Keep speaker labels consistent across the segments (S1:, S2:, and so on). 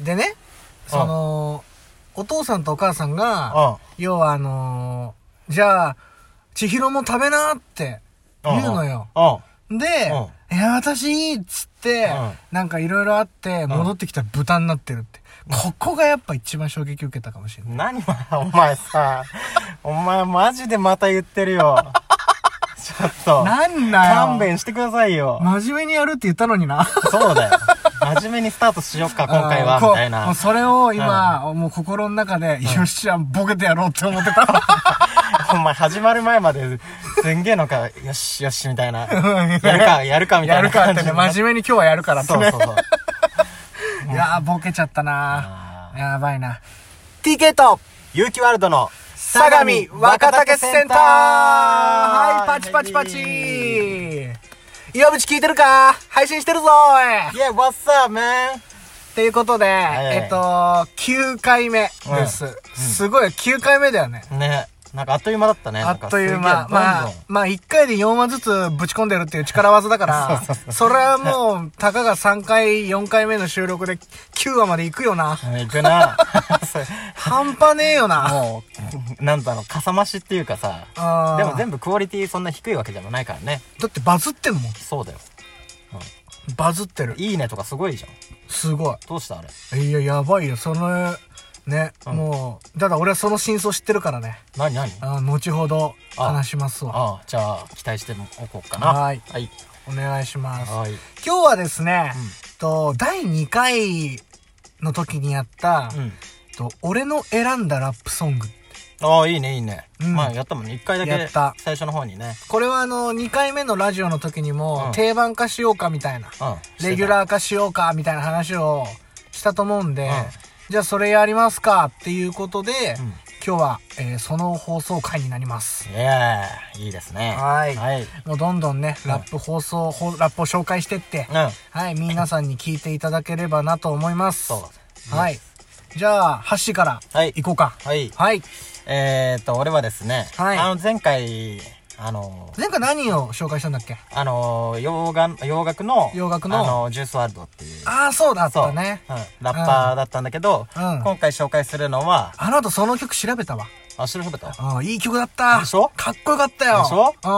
S1: でね、その、お父さんとお母さんが、要はあのーじゃあ、千尋も食べなって言うのよ。
S2: あ
S1: で、いや、私いいっつって、
S2: うん
S1: なんかいろいろあって、戻ってきたら豚になってるって。ここがやっぱ一番衝撃受けたかもしれない。
S2: 何お前お前さ、お前マジでまた言ってる よ。ちょっと、
S1: なんだよ。
S2: 勘弁してくださいよ。
S1: 真面目にやるって言ったのにな。
S2: そうだよ。真面目にスタートしよっか、今回は、
S1: あーこう
S2: みたい
S1: も
S2: な
S1: う。それを今、もう心の中で、よっしゃ、ボケてやろうって思ってた。
S2: お前始まる前まで、すんげえのか、よしよし、みたいな。やるか、やる か、みた
S1: や
S2: い
S1: る
S2: な
S1: か
S2: 感
S1: って
S2: じ
S1: ね、真面目に今日はやるからって
S2: そう
S1: ね。
S2: そうそう。
S1: いやー、ボケちゃったな
S2: あ
S1: ーやばいな。TK と、
S2: 有機ワールドの、
S1: 相模若竹センターはい、パチパチパチ岩渕聞いてるか配信してるぞーい
S2: Yeah, what's up, man?
S1: ということで、
S2: い
S1: えっと、9回目です。すごい、9回目だよね。
S2: ね、なんかあっという間だったね。
S1: あっという間
S2: なん。
S1: ま
S2: か
S1: あ
S2: す、
S1: まあ、1回で4話ずつぶち込んでるっていう力技だから、 それはもう、たかが3回、4回目の収録で9話まで行くよな。
S2: げえどんどん。行く な。それ
S1: 半端ねえよな。
S2: もう、なんだろう、かさ増しっていうかさ。
S1: あー
S2: でも全部クオリティそんな低いわけでもないからね。
S1: だってバズってんもん。
S2: そうだよ。
S1: バズってる。
S2: いいねとかすごいじゃん。
S1: すごい。
S2: どうしたあれ。
S1: いや、やばいよ。その、ね、
S2: うん
S1: もう、ただ俺はその真相知ってるからね。
S2: 何何あ
S1: あ後ほど話しますわ。
S2: あ、じゃあ、期待しておこうかな。
S1: はーい
S2: はい。
S1: お願いします。
S2: はい。
S1: 今日はですね、
S2: うん
S1: と第2回の時にやった、
S2: うん。
S1: と俺の選んだラップソング。
S2: ああ、いいね、いいね。
S1: うん
S2: まあ、やったもんね。一回だ
S1: や
S2: け、
S1: った
S2: 最初の方にね。
S1: これはあの、2回目のラジオの時に
S2: う
S1: も
S2: ん
S1: 定番化しようかみたいな、
S2: うん。
S1: レギュ
S2: ー。
S1: ラー化しようかみたいな話をしたと思うんで、
S2: うん
S1: じゃあそれやりますかっていうことで、
S2: うん
S1: 今日は、えーその放送回になります。
S2: いやーいいですね。
S1: はい
S2: はい。
S1: もうどんどんね、ラップ放送、ほラップを紹介してって、
S2: うん。
S1: はい、皆さんに聞いていただければなと思います。
S2: そうだ
S1: はい。じゃあ、ハッシーから、
S2: はい
S1: 行こうか。
S2: はい。
S1: はい。
S2: えー、っと、俺はですね、
S1: はい
S2: あの、前回、あの、
S1: 前回何を紹介したんだっけ
S2: あの、洋画、洋楽の、
S1: 洋楽の
S2: あの、ジュースワールドっていう、
S1: ああ、そうだったね。
S2: うん、ラッパーだったんだけど、
S1: うん
S2: 今回紹介するのは、
S1: あの後その曲調べたわ。
S2: あ、シルフベットでし
S1: うん、いい曲だった。
S2: でしょ
S1: かっこよかったよ。
S2: ょ
S1: う。
S2: うん。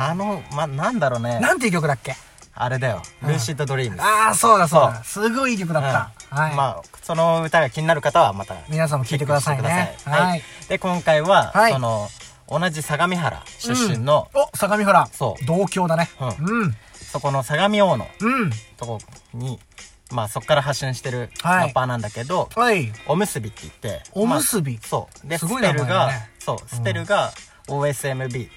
S2: あの、ま、なんだろうんね、
S1: なんていう曲だっけ
S2: あれだよ、ルーシッドドリームズ。
S1: ああ、そうだそうだ。すごいいい曲だった。
S2: うん
S1: はい。
S2: まあ、その歌が気になる方はまた、
S1: 皆さんも聴いてくださいね
S2: チェックしてください
S1: は
S2: はいい。で、今回は、
S1: はい
S2: その、同じ相模原出身の、
S1: お、相模原。
S2: そう
S1: 同郷だね。
S2: う
S1: うん。
S2: そこの相模大野
S1: うん。
S2: とこに、まあそこから発信してる
S1: はい
S2: ラッパーなんだけど、
S1: はい。
S2: おむすびって言って、
S1: おむすび
S2: まあそう。で、
S1: すごい
S2: ス
S1: 名
S2: ペ
S1: 前
S2: ル
S1: だ
S2: が、
S1: ね
S2: そう、スペルが OSMB。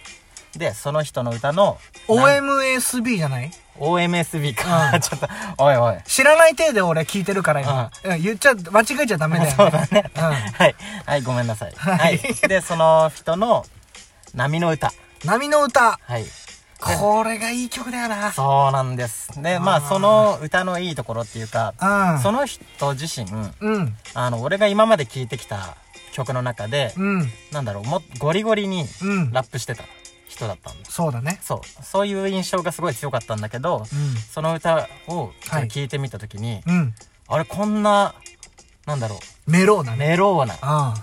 S2: で、その人の歌の、なん
S1: OMSB じゃない
S2: OMSB か。 ちょっと、おいおい。
S1: 知らない程度俺聞いてるから今。うん言っちゃ、間違えちゃダメだよね。
S2: そうだね。
S1: うん
S2: はい。はい、ごめんなさい。
S1: はい
S2: はい。で、その人の、波の歌。
S1: 波の歌。
S2: はい。
S1: これがいい曲だよな。
S2: そうなんです。で、まあ、その歌のいいところっていうか、
S1: うん
S2: その人自身、
S1: うん。
S2: あの、俺が今まで聴いてきた曲の中で、
S1: うん。
S2: なんだろう、も、ゴリゴリに
S1: うん
S2: ラップしてた人だったんです。
S1: そうだね。
S2: そう。そういう印象がすごい強かったんだけど、
S1: うん
S2: その歌をちょ
S1: は
S2: っ
S1: い
S2: と聴いてみたときに、
S1: うん。
S2: あれ、こんな、なんだろ
S1: メローだ
S2: う、
S1: ね。
S2: メローな
S1: あ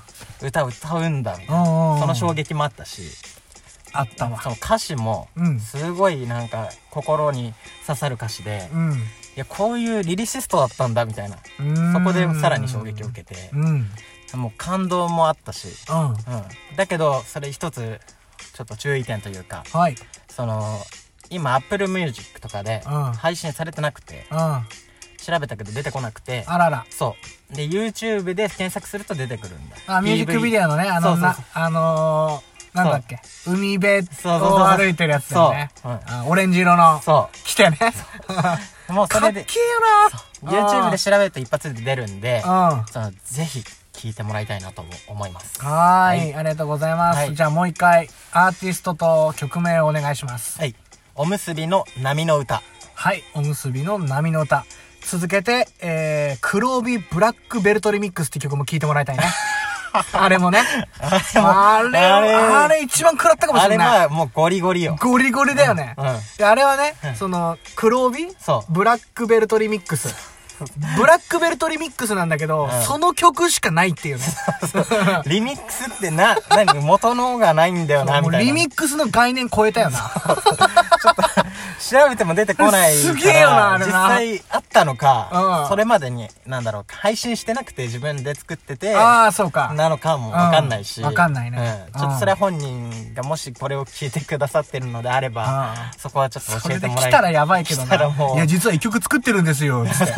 S2: 歌歌うんだ、みたい
S1: あ。うんうん。
S2: な。その衝
S1: 将棋
S2: 撃もあったし、
S1: あったわ
S2: そ。の歌詞も
S1: うん、
S2: すごいなんか心に刺さる歌詞で、
S1: うん。
S2: いや、こういうリリシストだったんだ、みたいな。
S1: うーん
S2: そこでさらに衝撃を受けて、
S1: うん。うん。
S2: もう感動もあったし、うん。だけど、それ一つ、ちょっと注意点というか、
S1: はい。
S2: その、今、Apple Music とかで
S1: うん
S2: 配信されてなくて、
S1: うん。あ
S2: 調べたけど出てこなくて、
S1: らら。
S2: そう。で、YouTube で検索すると出てくるんだ。
S1: あ、ミュージックビデ
S2: オ
S1: オのね、あの、
S2: そうそう
S1: な
S2: そう、
S1: あのー、なんだっけ。海辺を
S2: そうそうそう
S1: 歩いてるやつだよね。
S2: そううん
S1: あオレンジ色の。
S2: そ
S1: 来てね。
S2: う。もうそ
S1: か
S2: れ
S1: っけ
S2: で、
S1: えよな
S2: YouTube で調べると一発で出るんで、
S1: うん。
S2: そのぜひ聴いてもらいたいなと思います。は
S1: はーい,、
S2: はい
S1: ありがとうございます。
S2: はい
S1: じゃあもう一回、アーティストと曲名をお願いします。
S2: い。おむすびの波の歌。
S1: はい、おむすびの波の歌。続けて、えー、黒帯ブラックベルトリミックスって曲も聴いてもらい たいね。あれもね。あれあれ
S2: あれ
S1: 一番食らったかも
S2: あ
S1: しれ
S2: れ
S1: ない。
S2: はもうゴリゴリ よ。
S1: ゴリゴリだよね。
S2: うんうん
S1: であれはね、その、黒帯
S2: そう
S1: ブラックベルトリミックス。ブラックベルトリミックスなんだけど、
S2: ん
S1: その曲しかないっていうね。
S2: リミックスってな、何元の方がないんだよな、
S1: も
S2: み
S1: う
S2: たい
S1: リ
S2: な。
S1: ミックスの概念超えたよな。
S2: 調べても出てこないか
S1: す
S2: ら。
S1: げえよなあれな
S2: 実際あったのか、
S1: うん
S2: それまでに、なんだろう、配信してなくて自分で作ってて、
S1: ああ、そうか。
S2: なのかもわかんないし。
S1: うんわかんないね
S2: うんちょっとそれは本人がもしこれを聞いてくださってるのであれば
S1: う、
S2: そこはちょっと
S1: そ
S2: 教
S1: れ
S2: えて
S1: で
S2: も
S1: 来
S2: らい
S1: たらやばいけど
S2: 来
S1: な。
S2: たらもう
S1: いや、実は一曲作ってるんですよ、 つって。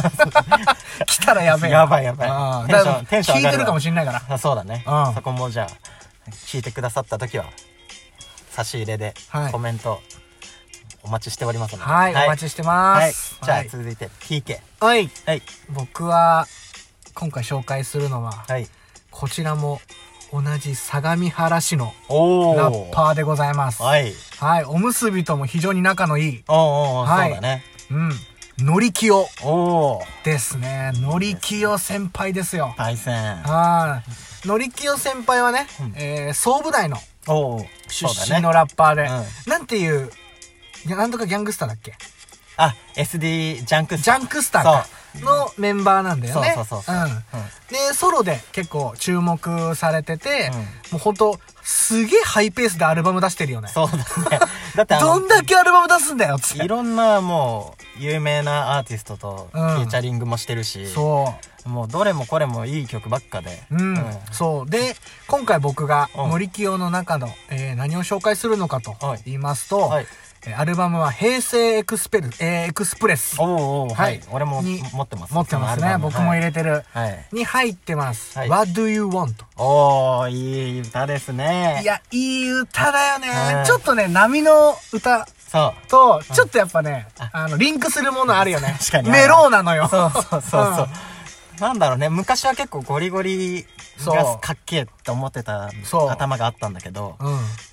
S1: 来たらやべえ。
S2: やばいやば
S1: うん
S2: い。
S1: だから
S2: テンション
S1: 聞
S2: 上
S1: い
S2: が
S1: てるかもし
S2: れ
S1: んないから。
S2: ない。そうだね
S1: うん。
S2: そこもじゃあ、聞いてくださった時は、差し入れで
S1: はい
S2: コメントお待ちしておりますので。
S1: はい、お待ちしてま
S2: はい
S1: す。。
S2: じゃあ
S1: はい
S2: 続いて TK。
S1: はい。
S2: はい。
S1: 僕は、今回紹介するのは、
S2: はい。
S1: こちらも同じ相模原市の
S2: お
S1: ラッパーでございます。。
S2: はいい。
S1: はい、おむすびとも非常に仲のいい、
S2: おーおーおー、
S1: はい
S2: そうだね。
S1: うん、のりきよ
S2: おお。
S1: ですね。のりきよ先輩ですよ。
S2: 対戦。
S1: はい。のりきよ先輩はね、
S2: うん
S1: えー総武大の
S2: おお。
S1: 出
S2: そうだ
S1: 身
S2: ね
S1: の。ラッパーで、
S2: う
S1: なんていう、いやなんとかギャングスターだっけ
S2: あ、SD ジャンクス
S1: ジャンクスターかのメンバーなんだよね。。
S2: そうそうそうそうんうん
S1: で、ソロで結構注目されてて、
S2: うん
S1: もうほんと、すげえハイペースでアルバム出してるよね。
S2: そう だね。だってあ
S1: ど
S2: の
S1: ん、だけアルバム出すんだよっつっ
S2: い
S1: て。
S2: ろんなもう、有名なアーティストと、フ
S1: うん
S2: ィーチャリングもしてるし、
S1: そ
S2: もうどれもこれもいい曲ばっかで。
S1: う。うん。そう。で、今回僕が、
S2: うん
S1: 森清の中の、えー何を紹介するのかと
S2: はい
S1: 言いますと、
S2: はい
S1: えーアルバムは平成エクスペル、えーエクスプレス。
S2: おおおーはい
S1: はい。
S2: 俺も
S1: に
S2: 持ってます。
S1: 持ってますね。僕も入
S2: る。
S1: れてる。
S2: はい。
S1: に入ってます。
S2: はい
S1: What do you want?
S2: おー、いい歌ですね。
S1: い、や、いい歌だよ
S2: う
S1: ね。
S2: ん
S1: ちょっとね、波の歌
S2: そう。
S1: と、ちょっとやっぱね、あの、リンクするものあるよね。
S2: 確かに
S1: メローなのよ。
S2: そうそうそうそう
S1: うん。
S2: なんだろうね、昔は結構ゴリゴリ
S1: そ
S2: が
S1: う
S2: かっけえって思ってた
S1: そう
S2: 頭があったんだけど、
S1: う。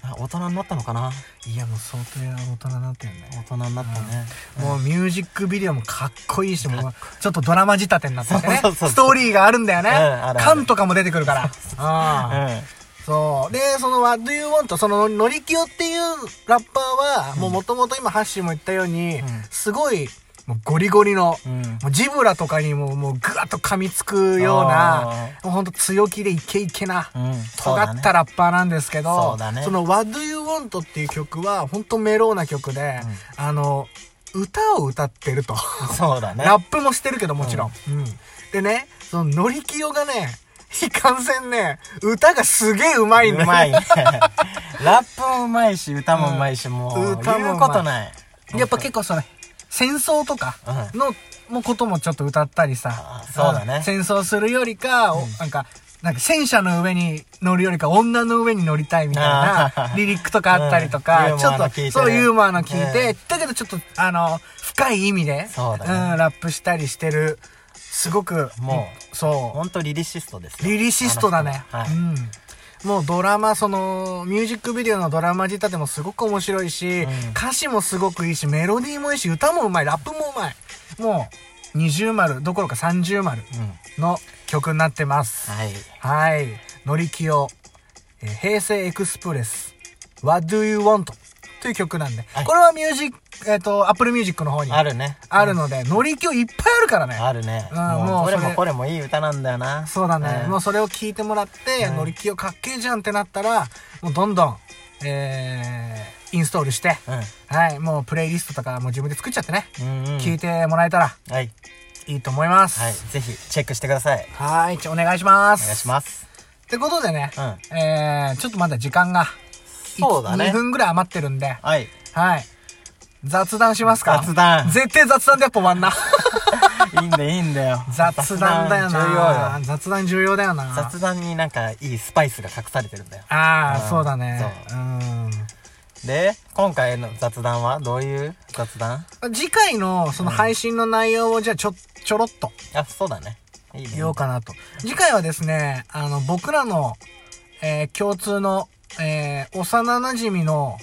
S2: あ大人になったのかなん
S1: いや、もう相当大人になってるね。
S2: 大人になったね。
S1: もうミュージックビデオもかっこいいし、もうちょっとドラマ仕立てになっててね
S2: そうそう。そう
S1: ストーリーがあるんだよね
S2: うんあ。るある
S1: 缶とかも出てくる から。
S2: う
S1: ああ。
S2: ん。
S1: そう。で、その What Do You Want? そのノリキヨっていうラッパーは、もう元々今ハッシーも言ったように
S2: ん、
S1: すごい、もうゴリゴリの、
S2: うん。
S1: もうジブラとかにももうぐわっと噛みつくような、もうほんと強気でイケイケな、
S2: うん。
S1: 尖ったラッパーなんですけど、
S2: そうだね
S1: の What Do You Want っていう曲は、ほんとメローな曲で、あの、歌を歌ってると。
S2: そうだね。
S1: ラップもしてるけどもちろん。うんでね、その、ノリキヨがね、いかんせんね、歌がすげえうまいんだ
S2: う
S1: よ
S2: まいね。 ラップもうまいし、歌もうまいし、もう、
S1: 歌もうまい
S2: 言うことない。
S1: やっぱ結構その、戦争とかの、もうこともちょっと歌ったりさ
S2: あ。そうだね
S1: ん戦争するよりか、おなんか、なんか戦車の上に乗るよりか女の上に乗りたいみたいな
S2: あ
S1: リリックとかあったりと
S2: うんユ
S1: か、
S2: ー
S1: ちょっ
S2: モアの
S1: と、
S2: 聞いてね
S1: そうユーモアの聞いて、
S2: う
S1: だけどちょっとあの、深い意味で、
S2: そうだね
S1: ん、ラップしたりしてる、すごく、
S2: も
S1: う、そ
S2: ほんとリリシストです
S1: う、
S2: よ
S1: リリシストだね。
S2: あの
S1: う
S2: 人は
S1: んもうドラマ、その、ミュージックビデオのドラマ自体でもすごく面白いし、
S2: うん
S1: 歌詞もすごくいいし、メロディーもいいし、歌もうまい、ラップもうまい。もう、20丸どころか30丸
S2: い。うん。
S1: の曲になってます。
S2: はい。
S1: はい。のりきよ、えー平成エクスプレス、What Do You Want? という曲なんで、
S2: はい
S1: これはミュージック、えっ、と、Apple Music の方に
S2: あ
S1: あ
S2: るね。
S1: るので、のりきよいっぱいあるからね。
S2: あるね。
S1: うんも
S2: も
S1: う
S2: う、
S1: そ
S2: ど
S1: れ
S2: れもこれもいい歌なんだよな。
S1: そうだね、
S2: ん
S1: もうそれを聞いてもらって、乗り気をかっけえじゃんってなったら、もうどんどん、えー、インストールして、
S2: うん。
S1: はい、もうプレイリストとかもう自分で作っちゃってね、
S2: うんうん
S1: 聞いてもらえたら
S2: はい。
S1: いいと思います。
S2: はい。ぜひ、チェックしてください。
S1: はーい、じゃあお願いします。
S2: お願いします。
S1: ってことでね、
S2: う
S1: えー、ちょっとまだ時間が、
S2: そうだ
S1: 2
S2: ね。
S1: 分ぐらい余ってるんで、
S2: はい。
S1: はい。雑談しますか
S2: 雑談
S1: 絶対雑談でやっぱ終わ んな。
S2: いいんだよ、いいんだよ。
S1: 雑談だよ
S2: 雑談重要
S1: な
S2: よ。。
S1: 雑談重要だよな。
S2: 雑談になんかいいスパイスが隠されてるんだよ。
S1: ああ、
S2: うん
S1: そうだね。
S2: そう
S1: うん。
S2: で、今回の雑談はどういう雑談
S1: 次回のその配信の内容をじゃあちょ、ちょろっと
S2: あ、そうだね。いいね。
S1: 言おうかなと。次回はですね、あの、僕らの、えー共通の、えー幼馴染みの、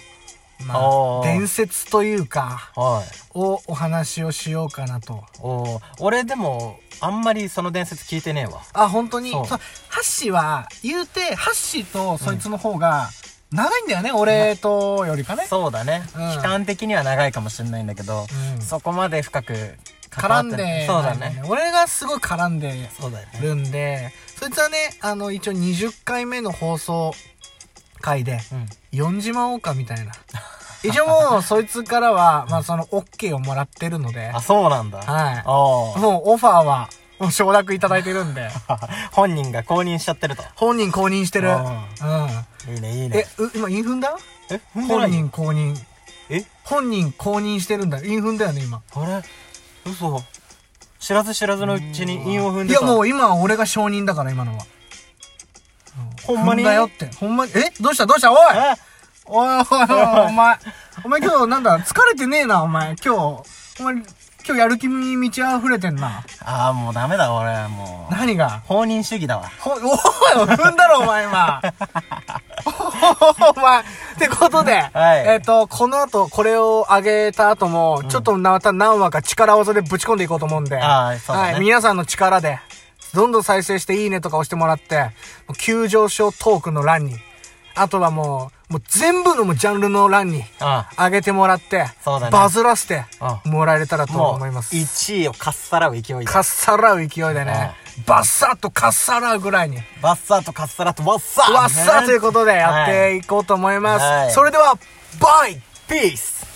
S1: まあ、
S2: おー
S1: 伝説というか、
S2: はい。
S1: をお話をしようかなと。
S2: おー俺でも、あんまりその伝説聞いてねえわ。
S1: あ、本当に。そ
S2: そうう
S1: ハッシーは、言うて、ハッシーとそいつの方が、長いんだよね、俺とよりかね。
S2: そうだね。
S1: うん
S2: 期間的には長いかもしれないんだけど、
S1: うん
S2: そこまで深く
S1: 絡ん
S2: 関わって
S1: で、
S2: るそうだね
S1: はい俺がすごい絡んで
S2: そうだよね。
S1: るんで、そいつはね、あの、一応20回目の放送回で、
S2: うん。
S1: 四島王かみ たいな。一応もう、そいつからは、まあその、OK をもらってるので、
S2: あ、そうなんだ。
S1: はい
S2: おー
S1: もうオファーは、もう承諾いただいてるん で、
S2: 本人が公認しちゃってると。
S1: 本人公認してる。う
S2: うんん。いいね、いい
S1: え
S2: ね。、
S1: う今、インフンだ
S2: え、踏んでな
S1: 本
S2: い
S1: 人公認。
S2: え
S1: 本人公認してるんだ。インフンだよね、今。
S2: あれ嘘。知らず知らずのうちに韻を踏ん
S1: い
S2: で
S1: や
S2: た。
S1: もう今は俺が承認だから今のは。
S2: ほんまに
S1: だよって。ほんまに。えどうしたどうしたおい
S2: え
S1: おいおいおい、お前。お前今日なんだ、疲れてねえな、お前。今日。お前、今日やる気に満ち溢れてんな。
S2: ああ、もうダメだ、俺。もう。
S1: 何が
S2: 放任主義だわ。
S1: ほ、おい、踏んだろ、お前今。 お前。ってことで、
S2: はい
S1: えっ、と、この後、これを上げた後も、ちょっとまた何話か力技でぶち込んでいこうと思うんで、
S2: あーそうだね
S1: はい、皆さんの力で、どんどん再生していいねとか押してもらって、もう急上昇トークの欄に、あとはもう、もう全部のもうジャンルの欄に、
S2: あ
S1: 上げてもらって、
S2: そうだね
S1: バズらせて
S2: う
S1: もらえれたら
S2: あ。
S1: と
S2: もう、
S1: 思います。
S2: 1位をかっさらう勢いで。
S1: かっさらう勢いでね、バッサッとかっさらうぐらいに、
S2: バッサーとカッサラとワッサー
S1: わっさということでやっていこうと思います。
S2: はい
S1: それでは、バイ
S2: ピース